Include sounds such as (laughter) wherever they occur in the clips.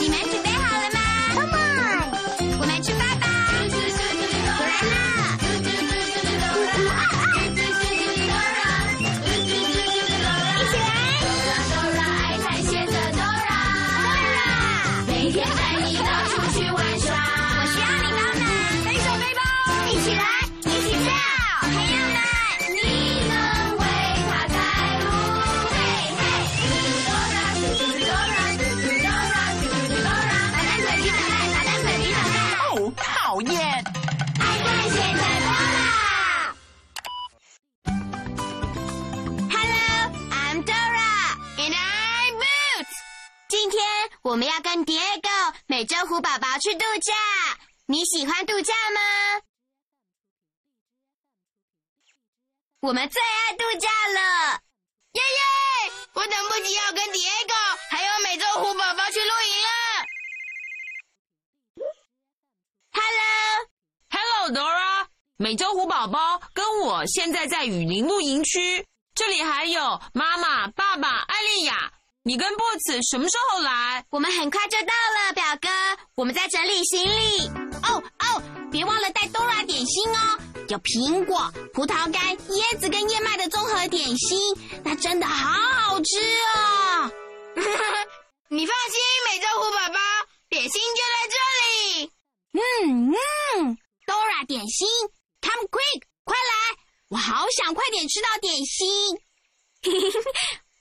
你们准备好了吗？Come on，我们出发吧！我来啦！一起来！爱探险的 Dora，Dora，每天带你到处去玩耍。我是阿里高男，背上背包，一起来，一起跳，朋友们，你能为他开路？嘿嘿，嘟嘟 Dora，嘟嘟 Dora，嘟嘟 Dora，嘟嘟 Dora，把单腿举起来，把单腿举起来，哦，讨厌！爱探险的 Dora。Hello, I'm Dora, and I'm Boots. 今天我们要跟 Diego 美洲虎宝宝去度假。你喜欢度假吗？我们最爱度假了，耶耶！我等不及要跟 Diego 还有美洲虎宝宝去露营了。Hello， Hello Dora，美洲虎宝宝跟我现在在雨林露营区，这里还有妈妈、爸爸、艾丽亚。你跟布茨什么时候来？我们很快就到了，表哥。我们在整理行李。哦哦，别忘了带 Dora 点心哦，有苹果、葡萄干、椰子跟燕麦的综合点心，那真的好好吃 (laughs) 哦。你放心，美洲虎宝宝，点心就在这里。嗯嗯，Dora 点心，Come quick，快来！我好想快点吃到点心。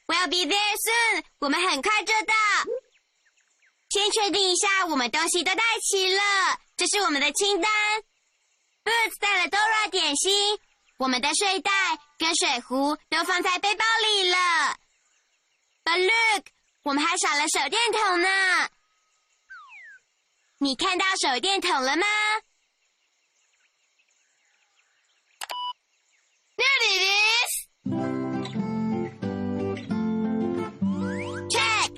We'll be there soon，我们很快就到。先确定一下，我们东西都带齐了，这是我们的清单。Boots 带了 Dora 点心，我们的睡袋跟水壶都放在背包里了。But look，我们还少了手电筒呢。你看到手电筒了吗？那里 i s Check，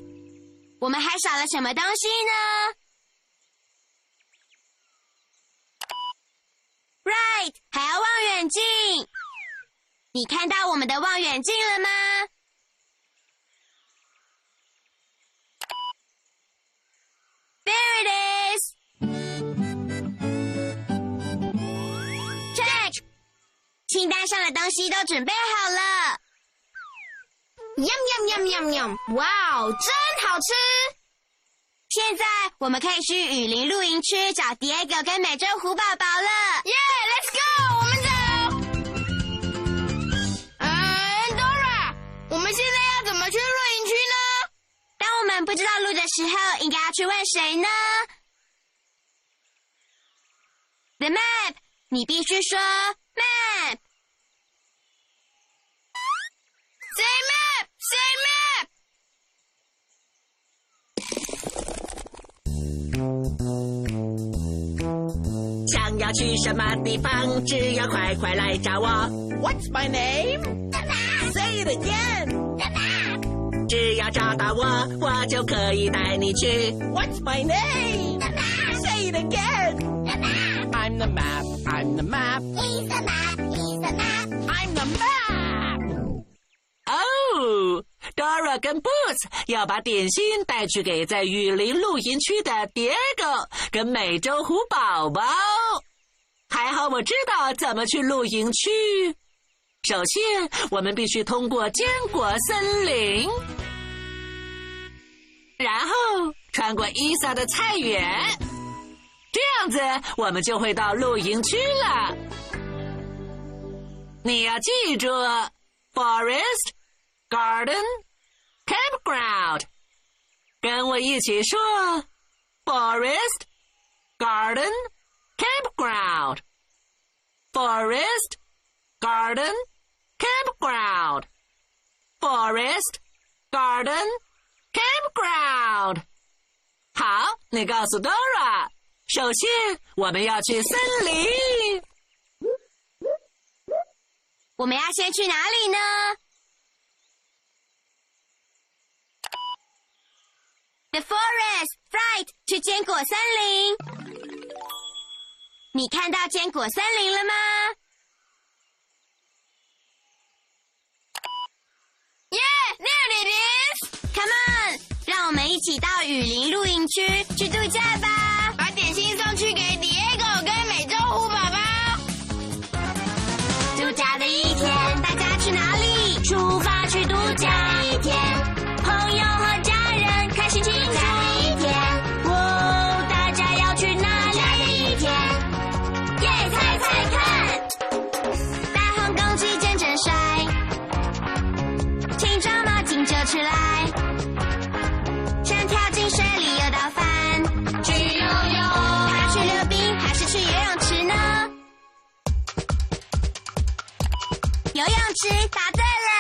我们还少了什么东西呢？Right，还有望远镜。你看到我们的望远镜了吗？There it is。Check，清单上的东西都准备好了。Yum yum yum yum yum！哇哦，真好吃！现在我们可以去雨林露营区找 Diego 跟美洲虎宝宝了。耶、yeah,，Let's go，我们走。嗯，Dora，我们现在要怎么去露营区呢？当我们不知道路的时候，应该要去问谁呢？The map，你必须说 map。Say map, say map。想要去什么地方，只要快快来找我。What's my name? Say it again. 只要找到我，我就可以带你去。What's my name? Say it again. I'm the map. I'm the map. He's a map, he's a map. I'm the map. 哦、d o r a 跟 Boots 要把点心带去给在雨林露营区的 Diego 跟美洲虎宝宝。还好我知道怎么去露营区。首先，我们必须通过坚果森林，然后穿过伊萨的菜园，这样子我们就会到露营区了。你要记住，forest。garden campground，跟我一起说 forest garden campground forest garden campground forest garden campground。好，你告诉 Dora，首先我们要去森林。我们要先去哪里呢 The forest, right？去坚果森林。你看到坚果森林了吗？Yeah, there it is. Come on，让我们一起到雨林露营区去度假吧。把点心送去给 Diego 跟美洲虎宝宝。度假的一天，大家去哪里？出发去度假一天，朋友和家人开心庆祝一天。哦，大家要去哪里？一天，耶，猜猜看。大红公鸡真真帅。请装毛巾就出来，想跳进水里游到翻，去游泳，他去溜冰还是去游泳池呢？游泳池答对了。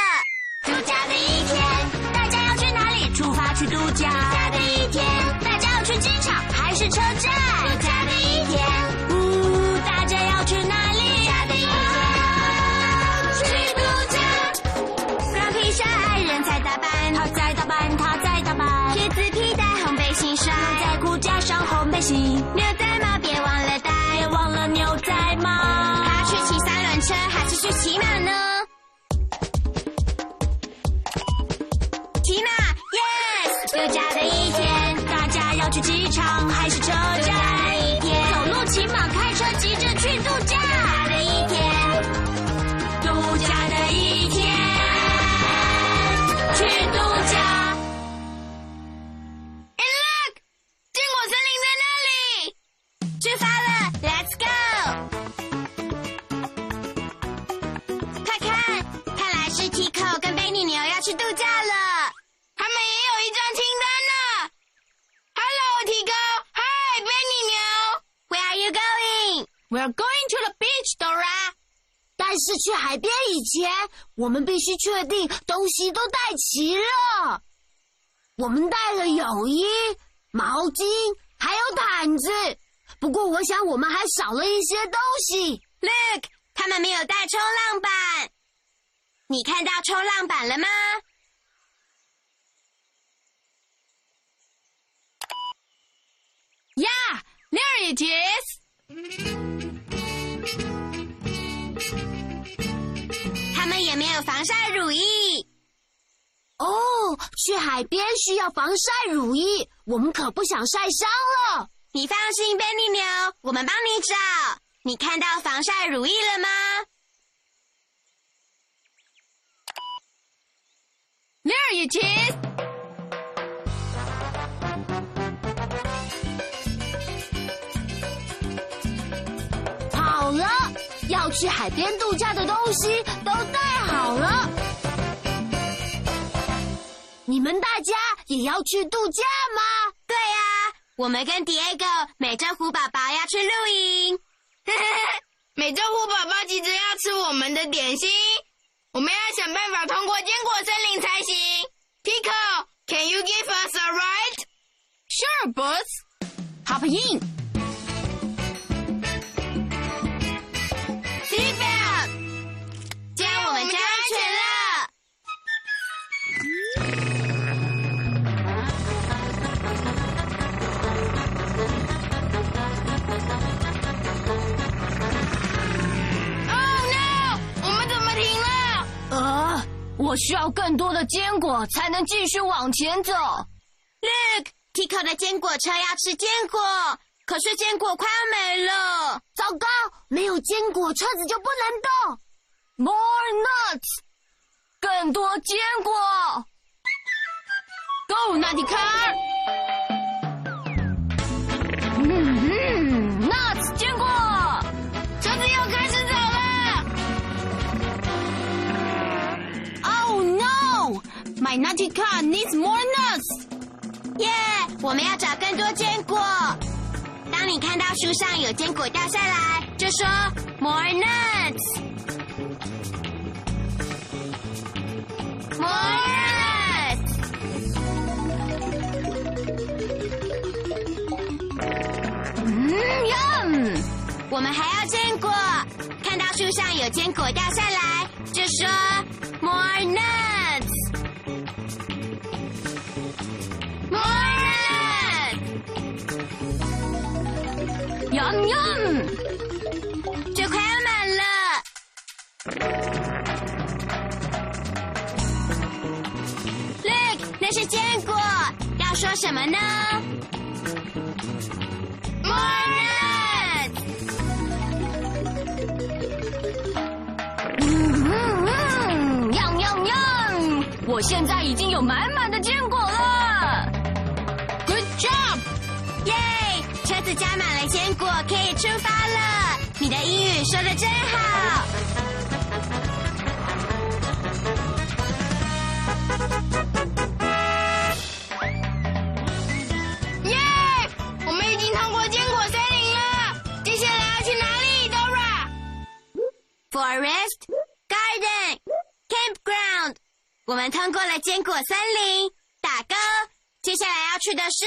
度假的一天，大家要去哪里？出发去度假。度假的一天，大家要去机场还是车站？度假的一天，呜，大家要去哪里？度假的一天，去度假。让披上爱人才打扮，他在打扮，他在打扮。靴子皮带红背心帅，牛仔裤加上红背心，牛仔帽别忘了戴，别忘了牛仔帽。他去骑三轮车还是去骑马呢？骑马，yes。度假的一天，大家要去机场还是车站？度假的一天，走路、骑马、开车，急着去度假。度假的一天，度假的一天，去度假。And look，坚果森林在那里，出发了，Let's go！快看，看来是 Tico 跟贝尼牛要去度假了，他们也有一张清单呢。Hello，Tico。Hi，贝尼牛。Where are you going？ We're going to the beach, Dora. 但是去海边以前，我们必须确定东西都带齐了。我们带了泳衣、毛巾，还有毯子。不过，我想我们还少了一些东西。Look，他们没有带冲浪板。你看到冲浪板了吗？ Yeah, there it is. 他们也没有防晒乳液。哦，去海边需要防晒乳液，我们可不想晒伤了。你放心，贝利牛，我们帮你找。你看到防晒乳液了吗？ There it is. 好了，要去海边度假的东西都带好了。你们大家也要去度假吗？对呀、我们跟 Diego 美洲虎宝宝要去露营。 (laughs) 美洲虎宝宝急着要吃我们的点心，我们要想办法通过坚果森林才行。Tico，can you give us a ride？ Sure, Boots. Hop in. Seatbelt，今天我们就安全了。Oh 我们怎么停了？呃，我需要更多的坚果才能继续往前走。 Look，Tico 的坚果车要吃坚果，可是坚果快要没了。糟糕，没有坚果车子就不能动。 More nuts，更多坚果。Go, Nutty Car。嗯嗯，nuts 坚果。车子又开始走了。 Oh no! My nutty car needs more nuts. 耶、我们要找更多坚果。当你看到树上有坚果掉下来，就说 more nuts. More nuts. 嗯，yum。我们还要坚果。看到树上有坚果掉下来，就说 more nuts. More nuts. Yum yum！就快要满了。Look，那是坚果，要说什么呢 m o r e nuts！嗯嗯，样样样！我现在已经有满满的坚果了。Good job！耶，车子加满了坚果，可以出发了。你的英语说的真好。耶！我们已经通过坚果森林了，接下来要去哪里，Dora？ Forest, garden, campground。我们通过了坚果森林，打勾。接下来要去的是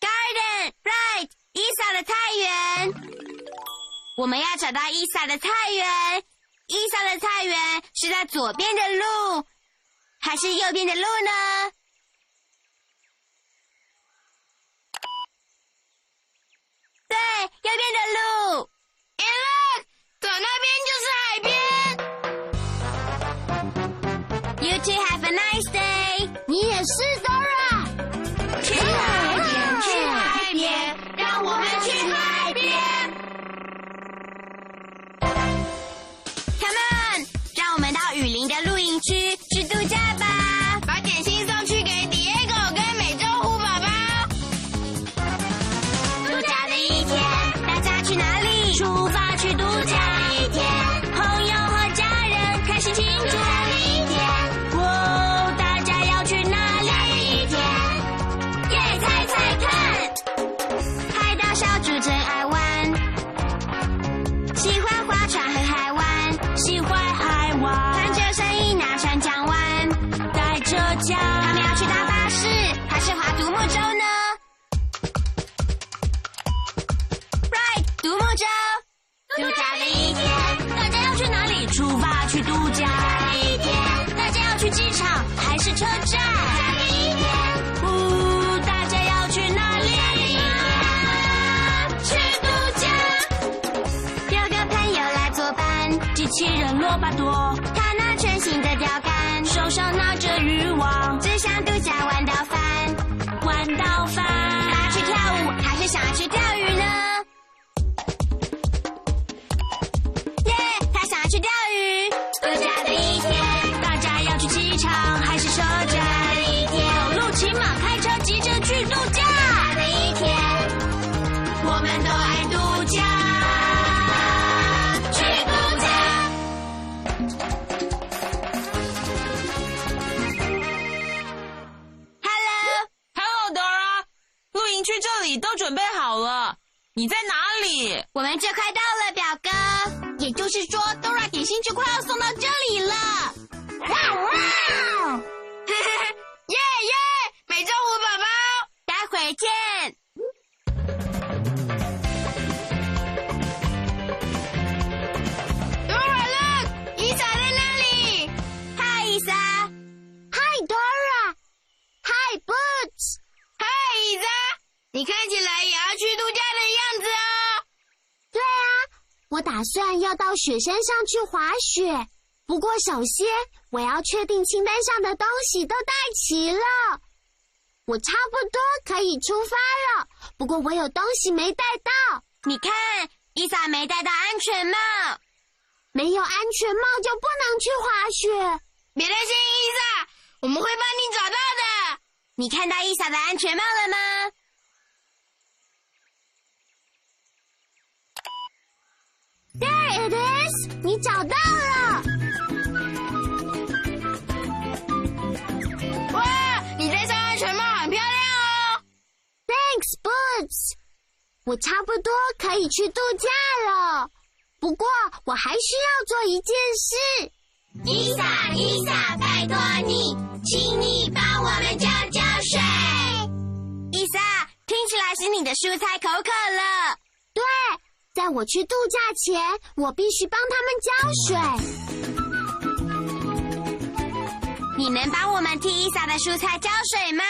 garden, right？伊莎的菜园。我们要找到伊莎的菜园。伊莎的菜园是在左边的路，还是右边的路呢？对，右边的路。 And look，走那边就是海边。 You two have a nice day。你也是，Dora。去海边，去海边，让我们去海边。Come on，让我们到雨林的露营区去度假吧。把点心送去给 Diego 跟美洲虎宝宝。度假的一天，大家去哪里？出发去度假的一天，朋友和家人开心庆祝。度假的一天，哦，大家要去哪里？一天，耶，猜猜看，海岛小主真爱玩，喜欢划船和海湾，喜欢海湾，穿救生衣拿船桨湾，带着桨，他们要去搭巴士还是划独木舟呢？Right，独木舟。度假的一天，大家要去哪里？出发去度假的一天，大家要去机场还是车站？度假的一天，呜，大家要去哪里？去度假。有个朋友来作伴，机器人罗巴多，他拿全新的钓竿，手上拿着渔网，只想度假玩到翻，玩到翻。他去跳舞还是想要去钓鱼呢？耶！他想要去钓鱼。度假的一天，大家要去机场还是车站？的一天，走路、骑马、开车，急着去度假。的一天，我们都爱度假，去度假。Hello， Hello Dora，露营区这里都准备好了，你在哪里？我们就快到了，表哥。也就是说，Dora 点心就快要送到这里了。哇哇！ (laughs) 耶耶，美洲虎宝宝。待会见。 Dora look，伊莎在那里。嗨，伊莎。嗨，Dora。嗨，Boots。嗨，伊莎，你看起来也要去度假的样子哦。对啊，我打算要到雪山上去滑雪，不过首先我要确定清单上的东西都带齐了。我差不多可以出发了，不过我有东西没带到。你看，伊莎没带到安全帽，没有安全帽就不能去滑雪。别担心，伊莎，我们会帮你找到的。你看到伊莎的安全帽了吗？There it is！你找到了。哇，你这双安全帽很漂亮哦。 Thanks, Boots。我差不多可以去度假了，不过我还需要做一件事。伊莎，伊莎，拜托你，请你帮我们浇浇水。伊莎，听起来是你的蔬菜口渴了。对，在我去度假前，我必须帮他们浇水。你能帮我们替伊莎的蔬菜浇水吗？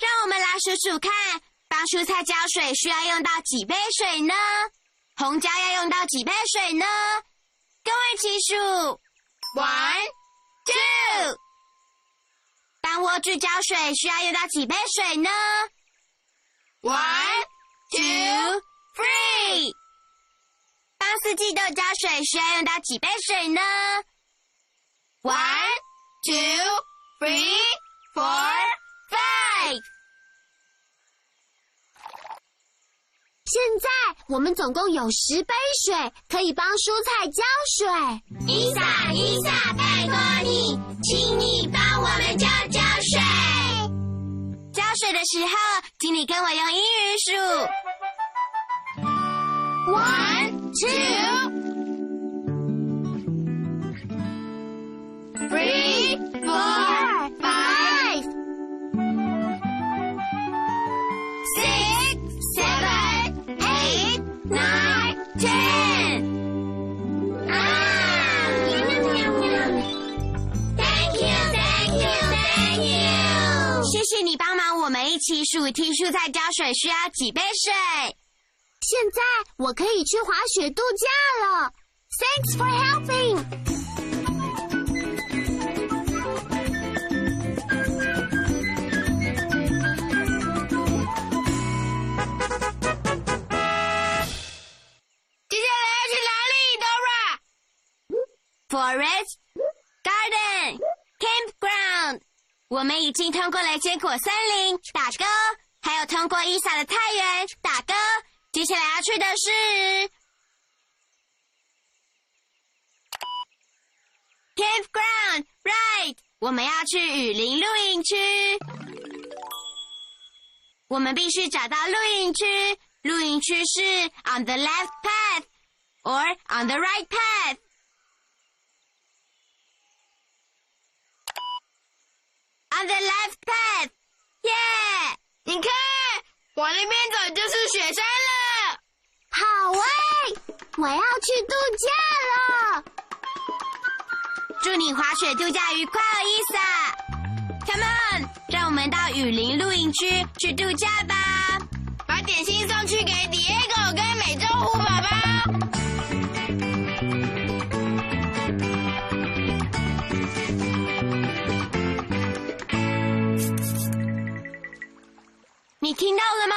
让我们来数数看，帮蔬菜浇水需要用到几杯水呢？红椒要用到几杯水呢？各位齐数，one two。帮莴苣浇水需要用到几杯水呢？one two three。帮四季豆浇水需要用到几杯水呢？one two three four five。现在我们总共有十杯水，可以帮蔬菜浇水。伊萨伊萨，拜托你，请你帮我们浇浇水。浇水的时候，请你跟我用英语数。One, two, three, four, five, six, seven, eight, nine, ten. Ah! Thank you, thank you, thank you. 谢谢你帮忙，我们一起数替蔬菜浇水需要几杯水。现在我可以去滑雪度假了。Thanks for helping。接下来要去哪里，Dora？ Forest Garden Campground，我们已经通过了坚果森林，打勾，还有通过伊萨的菜园，打勾。接下来要去的是 Campground Right，我们要去雨林露营区。我们必须找到露营区，露营区是 on the left path or on the right path。On the left path. Yeah! 你看，往那边走就是雪山了。好哎！我要去度假了。祝你滑雪度假愉快，哦，伊萨。Come on，让我们到雨林露营区去度假吧。把点心送去给 Diego 跟美洲虎宝宝。你听到了吗？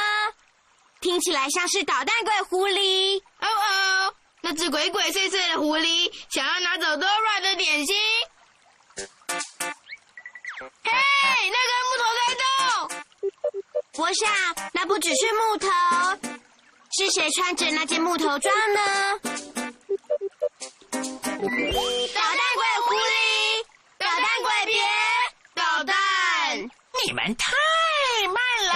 听起来像是捣蛋鬼狐狸。哦哦，那只鬼鬼祟祟的狐狸想要拿走 Dora 的点心。嘿，那根木头在动，我想，那不只是木头，是谁穿着那件木头装呢？捣蛋鬼狐狸，捣蛋鬼别捣蛋！你们太慢了，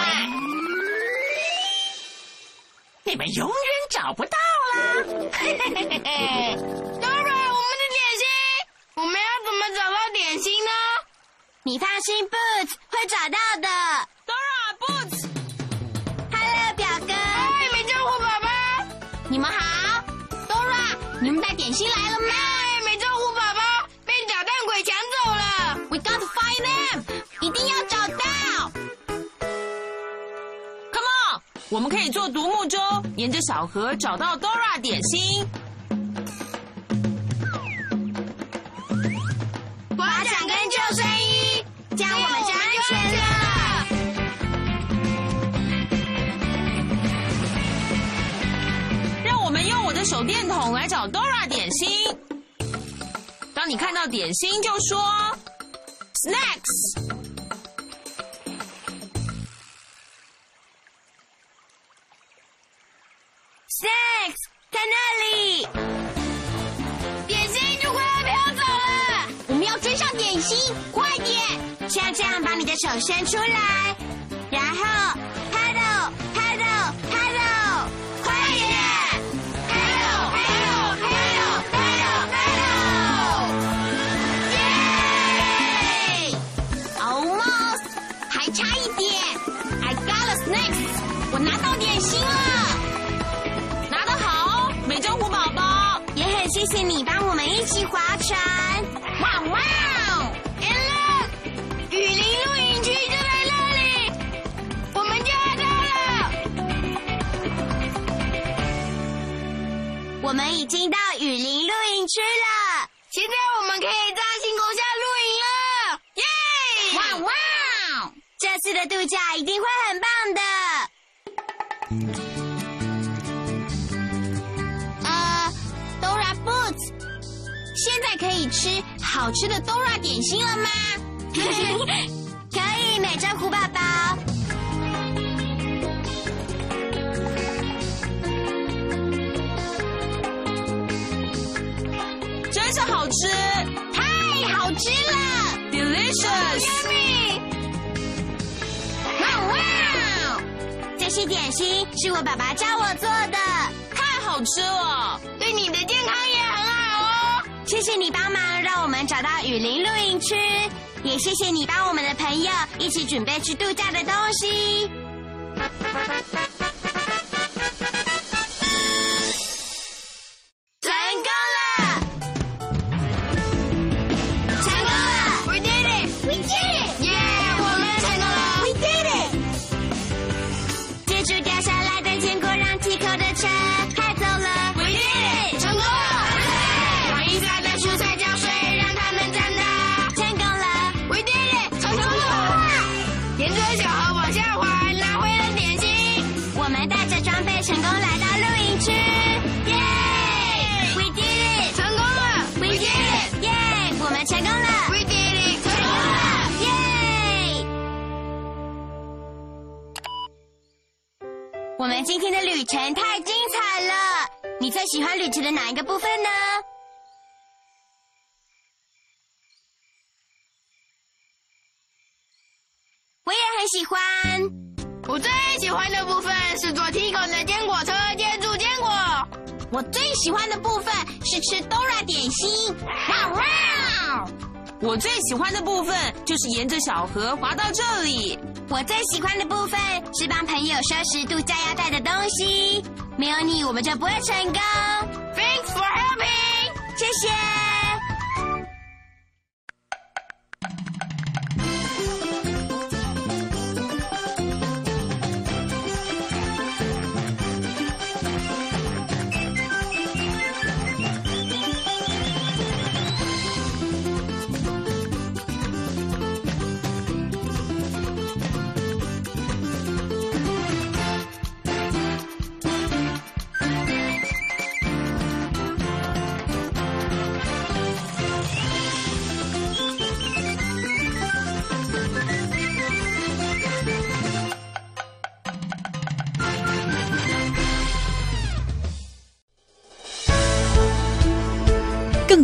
你们永远找不到啦！ (laughs) ，Dora，我们的点心，我们要怎么找到点心呢你放心，Boots 会找到的。 ？Dora Boots，哎 Hello，表哥，嗨，美洲虎宝宝。你们好，Dora，你们带点心来了吗哎，美洲虎宝宝被捣蛋鬼抢走了。 ？We got to find them，一定要找到。 Come on，我们可以做独木舟，沿着小河找到 Dora 点心。滑翔跟救生衣将我哎们就安全了。让我们用我的手电筒来找 Dora 点心。当你看到点心，就说 “snacks”。 Snacks，在那里，点心就快要飘走了。我们要追上点心，快点！像这样把你的手伸出来，然后 paddle paddle paddle，快点！paddle paddle paddle paddle paddle，耶！Almost，还差一点。I got a snacks，我拿到点心了。拿得好，美洲虎宝宝。也很谢谢你帮我们一起划船。哇哇！ And look，雨林露营区就在那里。这次的度假一定会很棒的。呃，Dora Boots，现在可以吃好吃的 Dora 点心了吗？ (laughs) 可以，美洲虎宝宝。真是好吃太好吃了哦，delicious！ ，Yummy！哇哇！这些点心是我爸爸教我做的，太好吃哦了，对你的健康也很好哦。谢谢你帮忙让我们找到雨林露营区，也谢谢你帮我们的朋友一起准备去度假的东西。成功了！成功了！ We did it! We did it! 耶、我们成功了！ We did it! 蜘蛛掉下来的坚果让 Tico 的车开走了。We did it! 成功了！把一下的蔬菜浇水，让它们长大。成功了！ We did it！成功了！沿着小河往下滑，拿回了点心。我们带着装备成功来到露营区。耶！We did it! 成功了 We did it! 耶！我们成功了！ ！We did it！成功了！耶！我们今天的旅程太精彩了，你最喜欢旅程的哪一个部分呢？我也很喜欢。我最喜欢的部分是做 Tico 的坚果车接住坚果。我最喜欢的部分是吃 Dora 点心。哇哇！我最喜欢的部分就是沿着小河滑到这里。我最喜欢的部分是帮朋友收拾度假要带的东西，没有你我们就不会成功。 Thanks for helping。谢谢。更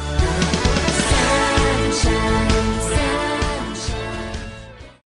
sunshine